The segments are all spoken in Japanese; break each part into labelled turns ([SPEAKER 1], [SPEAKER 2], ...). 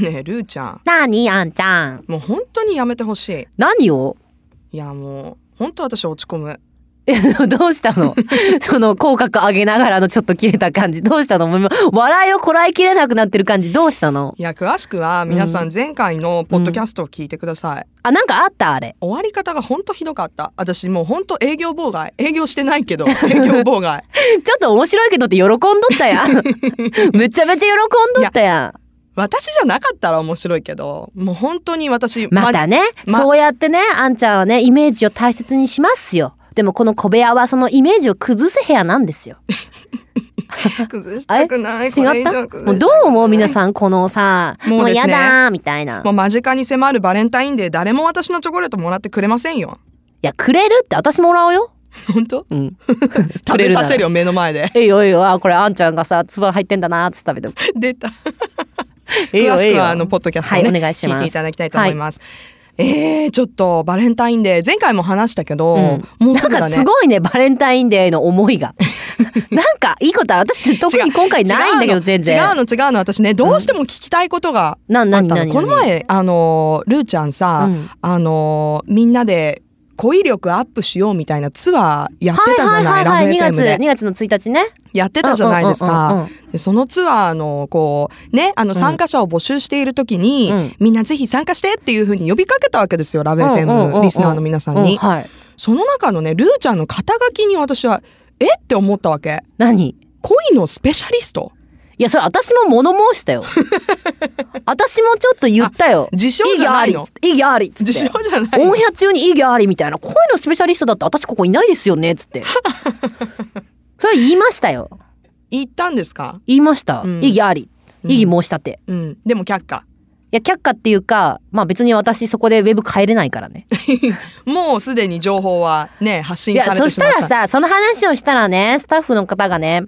[SPEAKER 1] ねえルーちゃん
[SPEAKER 2] なあにあんちゃん。
[SPEAKER 1] もう本当にやめてほし
[SPEAKER 2] 何を
[SPEAKER 1] いいやもう本当私落ち込む
[SPEAKER 2] え、どうしたの その口角上げながらのちょっと切れた感じ。どうしたのもう今笑いをこらえきれなくなってる感じ。どうしたの
[SPEAKER 1] いや詳しくは皆さ
[SPEAKER 2] うん
[SPEAKER 1] 前回のポッドキャストを聞いてください、
[SPEAKER 2] あ、なんかあったあれ。
[SPEAKER 1] 終わり方が本当ひどかった私もう本当営業妨害営業してない けど営業妨害
[SPEAKER 2] ちょっと面白いけどって喜んどったやん。 めちゃめちゃ喜んどったやん。
[SPEAKER 1] 私じゃなかったら面白いけどもう本当に私
[SPEAKER 2] またね、
[SPEAKER 1] ま
[SPEAKER 2] そうやってね、あんちゃんはね、イメージを大切にしますよ。でもこの小部屋はそのイメージを崩す部屋なんですよ。
[SPEAKER 1] ま崩したくないこれ
[SPEAKER 2] 違
[SPEAKER 1] 以上
[SPEAKER 2] った
[SPEAKER 1] 崩した
[SPEAKER 2] もうど
[SPEAKER 1] く
[SPEAKER 2] う
[SPEAKER 1] ない
[SPEAKER 2] 思う皆さんこのさ、
[SPEAKER 1] も
[SPEAKER 2] も
[SPEAKER 1] う
[SPEAKER 2] う
[SPEAKER 1] です
[SPEAKER 2] や
[SPEAKER 1] ね
[SPEAKER 2] だーみたいな。
[SPEAKER 1] もう間近に迫るバレンタインデー誰も私のチョコレートもらってくれませんよ
[SPEAKER 2] いや、くれるって私もらおうよ。
[SPEAKER 1] 本当
[SPEAKER 2] うん。
[SPEAKER 1] 食べさせ
[SPEAKER 2] る
[SPEAKER 1] るよ目の前で
[SPEAKER 2] えいよいいよ、あ、これあんちゃんがさ、粒入ってんだなーって食べても。
[SPEAKER 1] 出た
[SPEAKER 2] えいよ
[SPEAKER 1] 詳し
[SPEAKER 2] えい
[SPEAKER 1] く
[SPEAKER 2] よ
[SPEAKER 1] はあのポッドキャストを
[SPEAKER 2] は
[SPEAKER 1] ね、
[SPEAKER 2] い、お願いします。
[SPEAKER 1] 聞いていただきたいと思います、えー、ちょっとバレンタインデー前回も話したけど、
[SPEAKER 2] うん
[SPEAKER 1] もう
[SPEAKER 2] な
[SPEAKER 1] す
[SPEAKER 2] ん
[SPEAKER 1] ぐだ
[SPEAKER 2] か
[SPEAKER 1] ね
[SPEAKER 2] すごいね、バレンタインデーの思 いが。なんかいいことある。私特に今回ないんだけ
[SPEAKER 1] 違う
[SPEAKER 2] ど、
[SPEAKER 1] の
[SPEAKER 2] 全然。
[SPEAKER 1] 違うの違うの私ねどうしても聞きたいことが
[SPEAKER 2] な、
[SPEAKER 1] あっ
[SPEAKER 2] な
[SPEAKER 1] た
[SPEAKER 2] に
[SPEAKER 1] の、
[SPEAKER 2] なに
[SPEAKER 1] この前あのールーちゃんさ、
[SPEAKER 2] うん
[SPEAKER 1] あのーみんなで語彙力アップしようみたいなツアーやってたじゃない、ラブ
[SPEAKER 2] 2
[SPEAKER 1] f
[SPEAKER 2] 月、
[SPEAKER 1] ムで
[SPEAKER 2] 2月の1日ね。
[SPEAKER 1] やってたじゃないです
[SPEAKER 2] うんうんうん
[SPEAKER 1] か
[SPEAKER 2] うん
[SPEAKER 1] でそのツアーのこうねあの参加者を募集している時に、
[SPEAKER 2] うん
[SPEAKER 1] みんなぜひ参加してっていうふうに呼びかけたわけですよラブ
[SPEAKER 2] うんうんうんう
[SPEAKER 1] FM
[SPEAKER 2] ん
[SPEAKER 1] リスナーの皆さんに、
[SPEAKER 2] うんはい。
[SPEAKER 1] その中のねルーちゃんの肩書きに私はえって思ったわけ
[SPEAKER 2] 何い
[SPEAKER 1] 恋のスペシャリスト
[SPEAKER 2] や、それ私も物申した よ。私もちょっと言ったよ。
[SPEAKER 1] 自称
[SPEAKER 2] 意
[SPEAKER 1] じ
[SPEAKER 2] 義
[SPEAKER 1] ゃな
[SPEAKER 2] あ
[SPEAKER 1] い
[SPEAKER 2] り
[SPEAKER 1] の。
[SPEAKER 2] 意義ありっつっ
[SPEAKER 1] 自称
[SPEAKER 2] て。
[SPEAKER 1] じゃない
[SPEAKER 2] オンエア中に意義ありみたいな。声のスペシャリストだって私ここいないですよねっつ って。それ言いましたよ。
[SPEAKER 1] 言ったんですか
[SPEAKER 2] 言いました。
[SPEAKER 1] うん
[SPEAKER 2] 意義あり。意義申し立て。
[SPEAKER 1] うんでも却下
[SPEAKER 2] いや、却下っていうか、まあ別に私そこでウェブ変えれないか らね。
[SPEAKER 1] もうすでに情報はね発
[SPEAKER 2] い
[SPEAKER 1] 信さ
[SPEAKER 2] や、
[SPEAKER 1] れ
[SPEAKER 2] そ
[SPEAKER 1] て
[SPEAKER 2] し
[SPEAKER 1] しま
[SPEAKER 2] た
[SPEAKER 1] った
[SPEAKER 2] らさ、その話をしたらね、スタッフの方がね、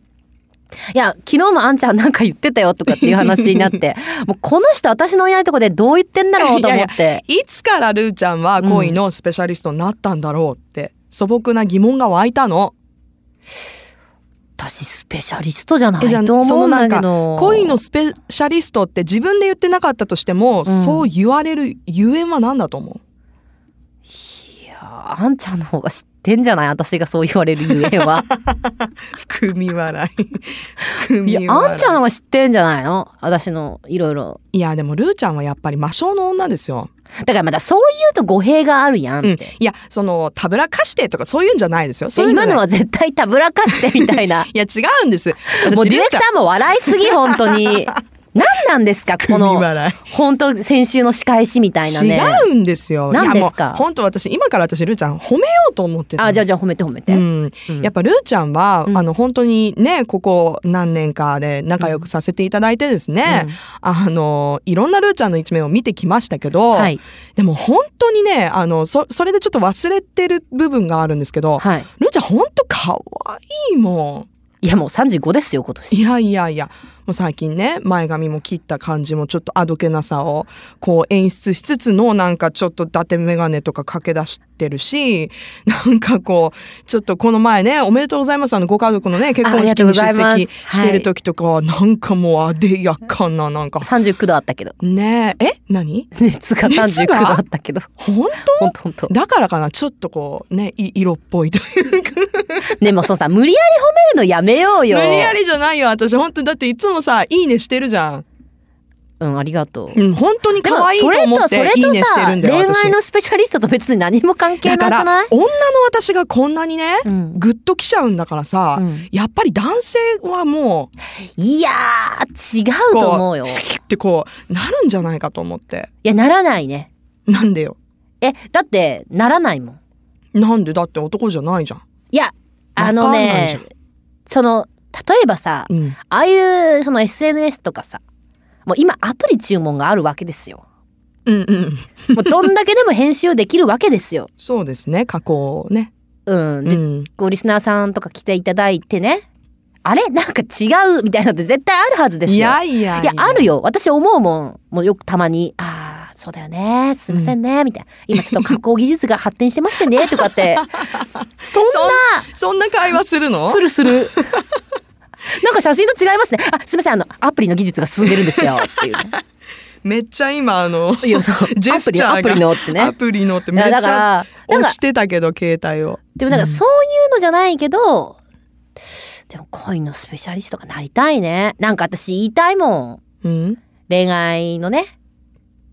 [SPEAKER 2] いや、昨日もあんちゃんなんか言ってたよとかっていう話にな って、もうこの人私のいないとこでどう言ってんだろうと思って。
[SPEAKER 1] いつからルーちゃんは恋のスペシャリストになったんだろうって、素朴な疑問が湧いたの
[SPEAKER 2] 私スペシャリストじゃな
[SPEAKER 1] えじゃあ
[SPEAKER 2] いと思うんだけ
[SPEAKER 1] そ
[SPEAKER 2] ど。
[SPEAKER 1] 恋のスペシャリストって自分で言ってなかったとしても、そう言われるゆえんは何だと思
[SPEAKER 2] いやー、あんちゃんの方が知ってんじゃない私がそう言われるゆえん
[SPEAKER 1] う
[SPEAKER 2] は。
[SPEAKER 1] 含み笑 い含
[SPEAKER 2] い
[SPEAKER 1] み
[SPEAKER 2] や
[SPEAKER 1] 笑い、
[SPEAKER 2] あんちゃんの方が知ってんじゃないの私のいろいろ。
[SPEAKER 1] いやでもルーちゃんはやっぱり魔性の女ですよ。
[SPEAKER 2] だからまたそう言うと語弊があるやん。
[SPEAKER 1] うん、いやそのたぶらかしてとかそういうんじゃないですよ。そういうんじゃ
[SPEAKER 2] 今
[SPEAKER 1] ない
[SPEAKER 2] のは絶対たぶらかしてみたいな。
[SPEAKER 1] いや違うんです。
[SPEAKER 2] も う
[SPEAKER 1] 私
[SPEAKER 2] ディレクターも笑いすぎ、本当 に。何なんですか、こ
[SPEAKER 1] 含み
[SPEAKER 2] の、
[SPEAKER 1] 笑い
[SPEAKER 2] 本当先週の仕返しみたいなね。
[SPEAKER 1] 違うんですよ。
[SPEAKER 2] 何です
[SPEAKER 1] い
[SPEAKER 2] か
[SPEAKER 1] やもう本当私今から私ルーちゃん褒めようと思ってた。
[SPEAKER 2] あ、じゃあじゃあ褒めて褒めて。
[SPEAKER 1] うん、
[SPEAKER 2] ん
[SPEAKER 1] やっぱルーちゃんは、
[SPEAKER 2] うん
[SPEAKER 1] あの本当にねここ何年かで仲良くさせていただいてですね、
[SPEAKER 2] うん
[SPEAKER 1] あのいろんなルーちゃんの一面を見てきましたけど、
[SPEAKER 2] はい。
[SPEAKER 1] でも本当にねあのそそれでちょっと忘れてる部分があるんですけど、
[SPEAKER 2] はい。
[SPEAKER 1] ルーちゃん本当可愛いも
[SPEAKER 2] いやもう35ですよ、今
[SPEAKER 1] ん
[SPEAKER 2] 年。
[SPEAKER 1] いやいやいやもう最近ね前髪も切った感じもちょっとあどけなさをこう演出しつつのなんかちょっと伊達眼鏡とかかけ出してるし なんかこうちょっとこの前ね「おめでとうございます」あのご家族のね結
[SPEAKER 2] ああ
[SPEAKER 1] 婚
[SPEAKER 2] りが
[SPEAKER 1] 式
[SPEAKER 2] とうご
[SPEAKER 1] に
[SPEAKER 2] ざ
[SPEAKER 1] 出
[SPEAKER 2] います
[SPEAKER 1] 席してる時とかはなんかもうあでやかななんか
[SPEAKER 2] 39度あったけど。
[SPEAKER 1] ねええ何
[SPEAKER 2] 熱が
[SPEAKER 1] 熱
[SPEAKER 2] 39度
[SPEAKER 1] が
[SPEAKER 2] あったけど。
[SPEAKER 1] 本
[SPEAKER 2] ほんとほんと
[SPEAKER 1] 当。だからかなちょっとこうねい色っぽいというか
[SPEAKER 2] でもそうさ、無理やり褒めるのやめようよ。
[SPEAKER 1] 無理やりじゃないよ私本当だっていつもさ「いいね」してるじゃん。
[SPEAKER 2] うん、ありがとう。
[SPEAKER 1] うん、本当に
[SPEAKER 2] でも
[SPEAKER 1] 可愛いと
[SPEAKER 2] それ
[SPEAKER 1] 思
[SPEAKER 2] と、
[SPEAKER 1] っ
[SPEAKER 2] そ
[SPEAKER 1] て
[SPEAKER 2] れ
[SPEAKER 1] いい
[SPEAKER 2] と
[SPEAKER 1] ねして
[SPEAKER 2] さ、
[SPEAKER 1] るんだよ
[SPEAKER 2] 恋愛
[SPEAKER 1] 私
[SPEAKER 2] のスペシャリストと別に何も関係
[SPEAKER 1] だか
[SPEAKER 2] な
[SPEAKER 1] ら
[SPEAKER 2] くない
[SPEAKER 1] 女の私がこんなにね
[SPEAKER 2] うん。
[SPEAKER 1] グッときちゃうんだからさ、
[SPEAKER 2] うん
[SPEAKER 1] やっぱり男性はも
[SPEAKER 2] いやー、違
[SPEAKER 1] う
[SPEAKER 2] う
[SPEAKER 1] こと
[SPEAKER 2] 思うよ。い
[SPEAKER 1] キュッてこうなるんじゃないかと思って
[SPEAKER 2] や、ならないね。
[SPEAKER 1] なんでよ
[SPEAKER 2] え、だって、ならないもん。
[SPEAKER 1] なんでだって男じゃないじゃん。
[SPEAKER 2] いや、あの
[SPEAKER 1] わかんないじ
[SPEAKER 2] ね
[SPEAKER 1] ゃん、
[SPEAKER 2] その、例えばさ、
[SPEAKER 1] うん、
[SPEAKER 2] ああいう、その SNS とかさ、もう今アプリ注文があるわけですよ。
[SPEAKER 1] うんうん
[SPEAKER 2] もうどんだけでも編集できるわけですよ。
[SPEAKER 1] そうですね加工をね、
[SPEAKER 2] うん。
[SPEAKER 1] う
[SPEAKER 2] で、
[SPEAKER 1] ん、
[SPEAKER 2] こうリスナーさんとか来ていただいてね、あれなんか違うみたいなのって絶対あるはずですよ。
[SPEAKER 1] いやいや
[SPEAKER 2] いや、ある
[SPEAKER 1] よ
[SPEAKER 2] よ。私思うもん。もうよくたまに、ああ、そうだよね。すいませんね。みたいな。今ちょっと加工技術が発展してましてね。と かって。そん
[SPEAKER 1] そんな会話するの
[SPEAKER 2] な、するする。なんか写真と違いますね。あ、すいません。あの、アプリの技術が進んでるんですよ。っていうね。
[SPEAKER 1] めっちゃ今あの
[SPEAKER 2] いやそう
[SPEAKER 1] ジェスチャーが
[SPEAKER 2] アプリアプリのってね
[SPEAKER 1] アプリのって
[SPEAKER 2] い
[SPEAKER 1] めっ
[SPEAKER 2] やだ
[SPEAKER 1] ち
[SPEAKER 2] か
[SPEAKER 1] ゃ
[SPEAKER 2] らなんか
[SPEAKER 1] 押してたけど携帯を
[SPEAKER 2] でもなんかそういうのじゃないけど、でも恋のスペシャリストがなりたいねなんか私言いたいもん
[SPEAKER 1] うん
[SPEAKER 2] 恋愛のね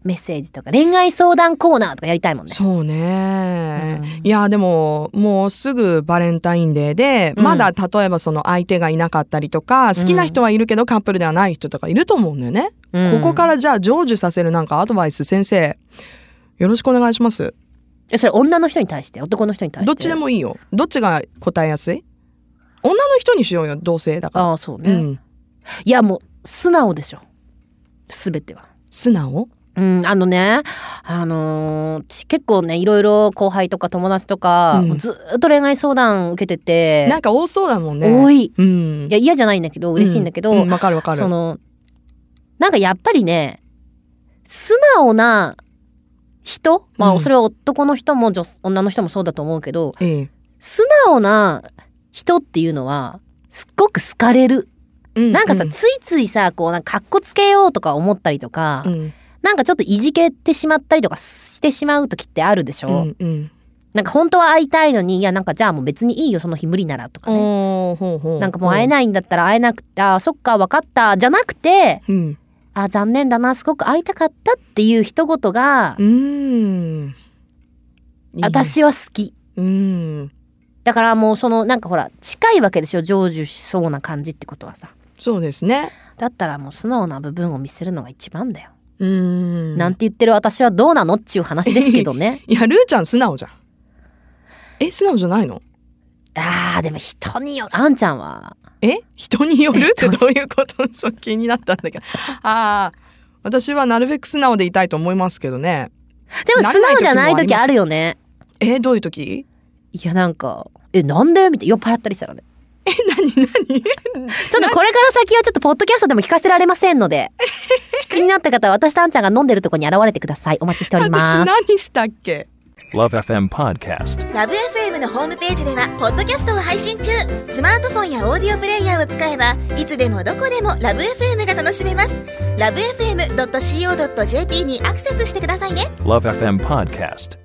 [SPEAKER 2] メッセージとか恋愛相談コーナーとかやりたいもんね
[SPEAKER 1] そうね、
[SPEAKER 2] うん
[SPEAKER 1] いやでももうすぐバレンタインデーで、
[SPEAKER 2] うん
[SPEAKER 1] まだ例えばその相手がいなかったりとか好きな人はいるけどカップルではない人とかいると思うんだよね、
[SPEAKER 2] うん
[SPEAKER 1] ここからじゃあ成就させるなんかアドバイス先生よろしくお願いします
[SPEAKER 2] えそれ女の人に対して男の人に対して
[SPEAKER 1] どっちでもいいよどっちが答えやすい女の人にしようよ同性だか
[SPEAKER 2] ああそう
[SPEAKER 1] ら、
[SPEAKER 2] ね、
[SPEAKER 1] うん、
[SPEAKER 2] いやもう素直でしょ全ては
[SPEAKER 1] 素直
[SPEAKER 2] うん、あのね、あのーち結構ねいろいろ後輩とか友達とか、
[SPEAKER 1] うん
[SPEAKER 2] ずーっと恋愛相談受けてて、
[SPEAKER 1] なんか多そうだもんね
[SPEAKER 2] 多いい
[SPEAKER 1] うん
[SPEAKER 2] や嫌じゃないんだけど嬉しいんだけど、
[SPEAKER 1] ううわかるわかる
[SPEAKER 2] そのなんかやっぱりね素直な人まあ、
[SPEAKER 1] うん
[SPEAKER 2] それは男の人も女女の人もそうだと思うけど
[SPEAKER 1] え
[SPEAKER 2] 素直な人っていうのはすっごく好かれる、
[SPEAKER 1] えう
[SPEAKER 2] なんかさ
[SPEAKER 1] う
[SPEAKER 2] ついついさこうなんかかっこつけようとか思ったりとか、
[SPEAKER 1] うん
[SPEAKER 2] なんかちょっといじけてしまったりとかしてしまう時ってあるでしょ、
[SPEAKER 1] うんうん
[SPEAKER 2] なんか本当は会いたいのにいやなんかじゃあもう別にいいよその日無理ならとかね
[SPEAKER 1] おーほうほう
[SPEAKER 2] なんかもう会えないんだったら会えなくてあそっか分かったじゃなくて
[SPEAKER 1] うん
[SPEAKER 2] あ残念だなすごく会いたかったっていう一言が
[SPEAKER 1] うーんいいね
[SPEAKER 2] 私は好き
[SPEAKER 1] うん
[SPEAKER 2] だからもうそのなんかほら近いわけでしょ成就しそうな感じってことはさ
[SPEAKER 1] そうですね
[SPEAKER 2] だったらもう素直な部分を見せるのが一番だよ、
[SPEAKER 1] うーん
[SPEAKER 2] なんて言ってる私はどうなのっちゅう話ですけどね
[SPEAKER 1] いやルーちゃん素直じゃんえ素直じゃないの
[SPEAKER 2] あーでも人によるあんちゃんは
[SPEAKER 1] え人によるって
[SPEAKER 2] 人に
[SPEAKER 1] どういうことそう気になったんだけどああ私はなるべく素直でいたいと思いますけどね
[SPEAKER 2] でも素直じゃない時あるよね
[SPEAKER 1] えどういう時
[SPEAKER 2] いやなんか「えなんで?」みたいな酔っ払ったりしたらね
[SPEAKER 1] え何 何
[SPEAKER 2] ちょっとこれから先はちょっとポッドキャストでも聞かせられません ので気になった方は私とあんちゃんが飲んでるとこに現れてくださいお待ちしており
[SPEAKER 1] 私
[SPEAKER 2] ます
[SPEAKER 1] 何したっけ
[SPEAKER 3] Love FM Podcast.
[SPEAKER 4] ラブ f m のホームページではポッドキャストを配信中スマートフォンやオーディオプレイヤーを使えばいつでもどこでもラブ f m が楽しめますラブ FM.co.jp にアクセスしてくださいね
[SPEAKER 3] Love FM Podcast.